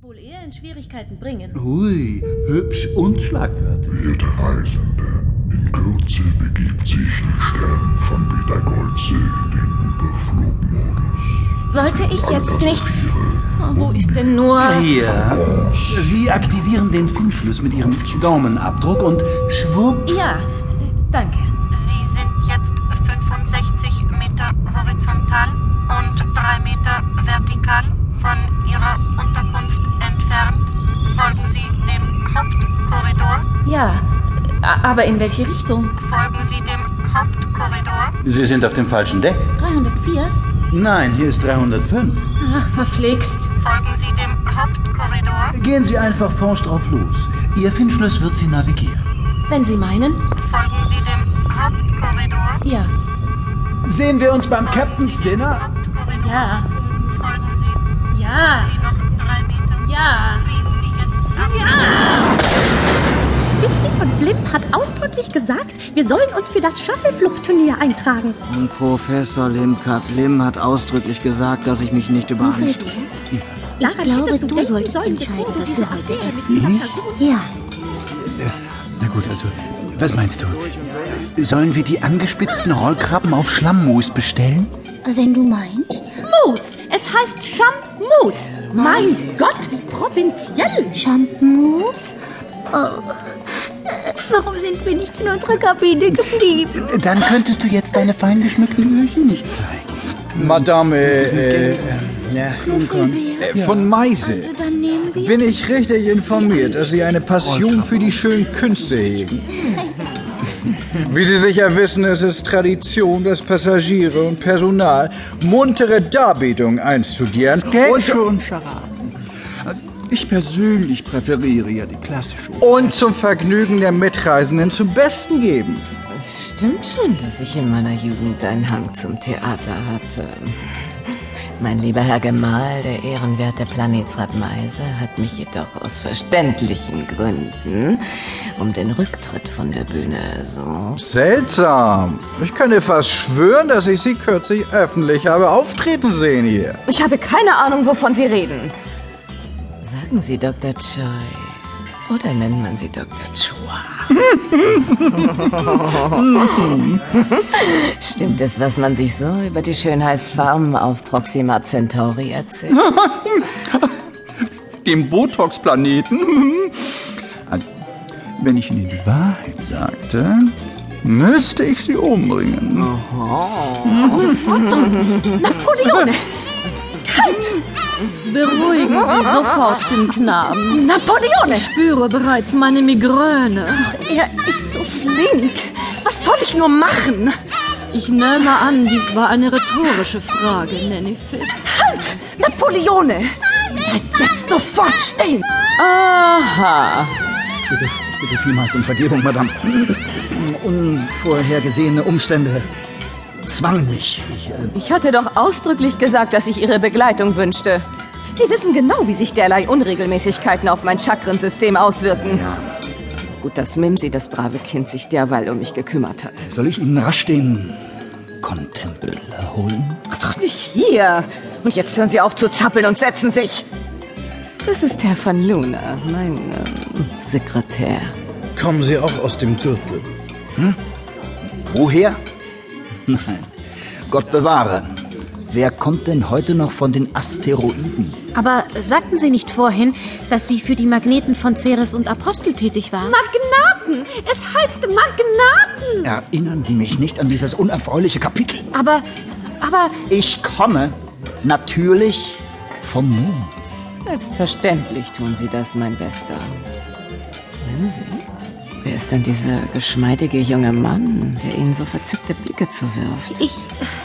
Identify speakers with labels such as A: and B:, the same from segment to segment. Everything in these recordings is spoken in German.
A: Wohl eher in Schwierigkeiten bringen.
B: Hui, hübsch und schlagfertig.
C: Verehrte Reisende, in Kürze begibt sich der Stern von Peterkreuze in den Überflugmodus.
D: Sollte ich jetzt nicht.
C: Passagiere,
D: Oh, Wo ist denn nur.
B: Hier. Sie aktivieren den Finschluss mit Ihrem Daumenabdruck und schwupp.
A: Ja, danke.
E: Sie sind jetzt 65 Meter horizontal und 3 Meter vertikal von Ihrer Unterkunft entfernt. Folgen Sie dem Hauptkorridor.
D: Ja. a- Aber in welche Richtung?
E: Folgen Sie dem Hauptkorridor.
B: Sie sind auf dem falschen Deck.
A: 304?
B: Nein, hier ist 305.
D: Ach, verflixt.
E: Folgen Sie dem Hauptkorridor.
B: Gehen Sie einfach forsch drauf los. Ihr Finschluss wird Sie navigieren.
D: Wenn Sie meinen?
E: Folgen Sie dem Hauptkorridor.
D: Ja.
B: Sehen wir uns beim Captain's Dinner?
E: Hauptkorridor.
A: Ja,
E: Folgen Sie.
A: ja,
E: Sie noch 3 Meter.
A: ja.
E: Biegen Sie jetzt ab.
F: Bitsy von Blimp hat ausdrücklich gesagt, wir sollen uns für das Shuttleflug-Turnier eintragen.
G: Professor Limka Blim hat ausdrücklich gesagt, dass ich mich nicht überanstrenge.
F: Ich glaube, du solltest entscheiden, was wir heute essen. Ja,
B: Na gut, also, was meinst du? Sollen wir die angespitzten Rollkrabben auf Schlammmus bestellen?
F: wenn du meinst.
A: Mousse. Es heißt Champmousse. Mein Gott, wie provinziell.
F: Champmus? Oh. Warum sind wir nicht in unserer Kabine geblieben?
B: Dann könntest du jetzt deine fein geschmückten Öhrchen nicht zeigen. Madame, äh, äh,
F: Knuffelbeer.
H: Von Meise.
F: Also Dann nehmen wir...
H: Bin ich richtig informiert, dass Sie eine Passion für die schönen Künste hegen? Wie Sie sicher wissen, ist es Tradition, dass Passagiere und Personal muntere Darbietungen einstudieren
B: und
H: und,
B: schon Charade. Ich persönlich präferiere ja die klassische.
H: und zum Vergnügen der Mitreisenden zum Besten geben.
I: Stimmt schon, dass ich in meiner Jugend einen Hang zum Theater hatte. Mein lieber Herr Gemahl, der ehrenwerte Planetsrat Meise, hat mich jedoch aus verständlichen Gründen um den Rücktritt von der Bühne so.
H: Seltsam. Ich könnte fast schwören, dass ich Sie kürzlich öffentlich habe auftreten sehen hier.
D: Ich habe keine Ahnung, wovon Sie reden.
I: Sagen Sie Dr. Choi. Oder nennt man Sie Dr. Chua? Stimmt es, was man sich so über die Schönheitsfarmen auf Proxima Centauri erzählt?
B: Dem Botox-Planeten? Also, Wenn ich Ihnen die Wahrheit sagte, müsste ich Sie umbringen.
H: Oh,
F: Napoleone!
A: Halt! Beruhigen Sie sofort den Knaben.
F: Napoleone!
A: Spüre bereits meine Migräne.
F: Er ist so flink. Was soll ich nur machen?
A: Ich nehme an, dies war eine rhetorische Frage, Nanny Fit.
F: Halt! Napoleone! Bleib jetzt sofort stehen!
I: Aha.
B: Bitte vielmals um Vergebung, Madame. Unvorhergesehene Umstände zwangen mich. Ich, äh,
D: Ich hatte doch ausdrücklich gesagt, dass ich Ihre Begleitung wünschte. Sie wissen genau, wie sich derlei Unregelmäßigkeiten auf mein Chakrensystem auswirken. Gut, dass Mimsi, das brave Kind, sich derweil um mich gekümmert hat.
B: soll ich Ihnen rasch den Kontempel erholen?
I: Nicht hier! Und jetzt hören Sie auf zu zappeln und setzen sich! Das ist Herr von Luna, mein ähm, Sekretär.
H: Kommen Sie auch aus dem Gürtel.
B: Woher? Nein. Gott bewahre. Wer kommt denn heute noch von den Asteroiden?
D: Aber sagten Sie nicht vorhin, dass Sie für die Magneten von Ceres und Apostel tätig waren?
F: Magnaten! Es heißt Magnaten!
B: Erinnern Sie mich nicht an dieses unerfreuliche Kapitel.
D: Aber, aber...
B: Ich komme natürlich vom Mond.
I: Selbstverständlich tun Sie das, mein Bester. Nehmen Sie? Wer ist denn dieser geschmeidige junge Mann, der Ihnen so verzückte Blicke zuwirft?
D: Ich,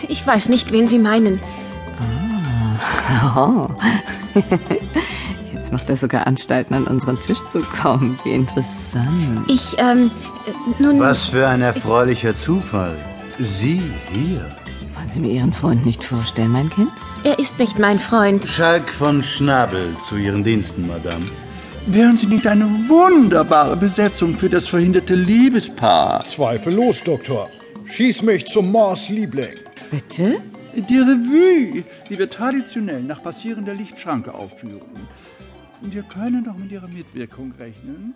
D: ich weiß nicht, wen Sie meinen.
I: Oh. Jetzt macht er sogar Anstalten, an unseren Tisch zu kommen. Wie interessant.
D: Ich, ähm, nun...
J: Was für ein erfreulicher Zufall. Sie hier.
I: Wollen Sie mir Ihren Freund nicht vorstellen, mein Kind?
D: Er ist nicht mein Freund.
J: Schalk von Schnabel zu Ihren Diensten, Madame.
B: Wären Sie nicht eine wunderbare Besetzung für das verhinderte Liebespaar?
H: Zweifellos, Doktor. Schieß mich zum Mars, Liebling.
I: Bitte?
B: Die Revue, die wir traditionell nach passierender Lichtschranke aufführen.
H: Wir können doch mit Ihrer Mitwirkung rechnen.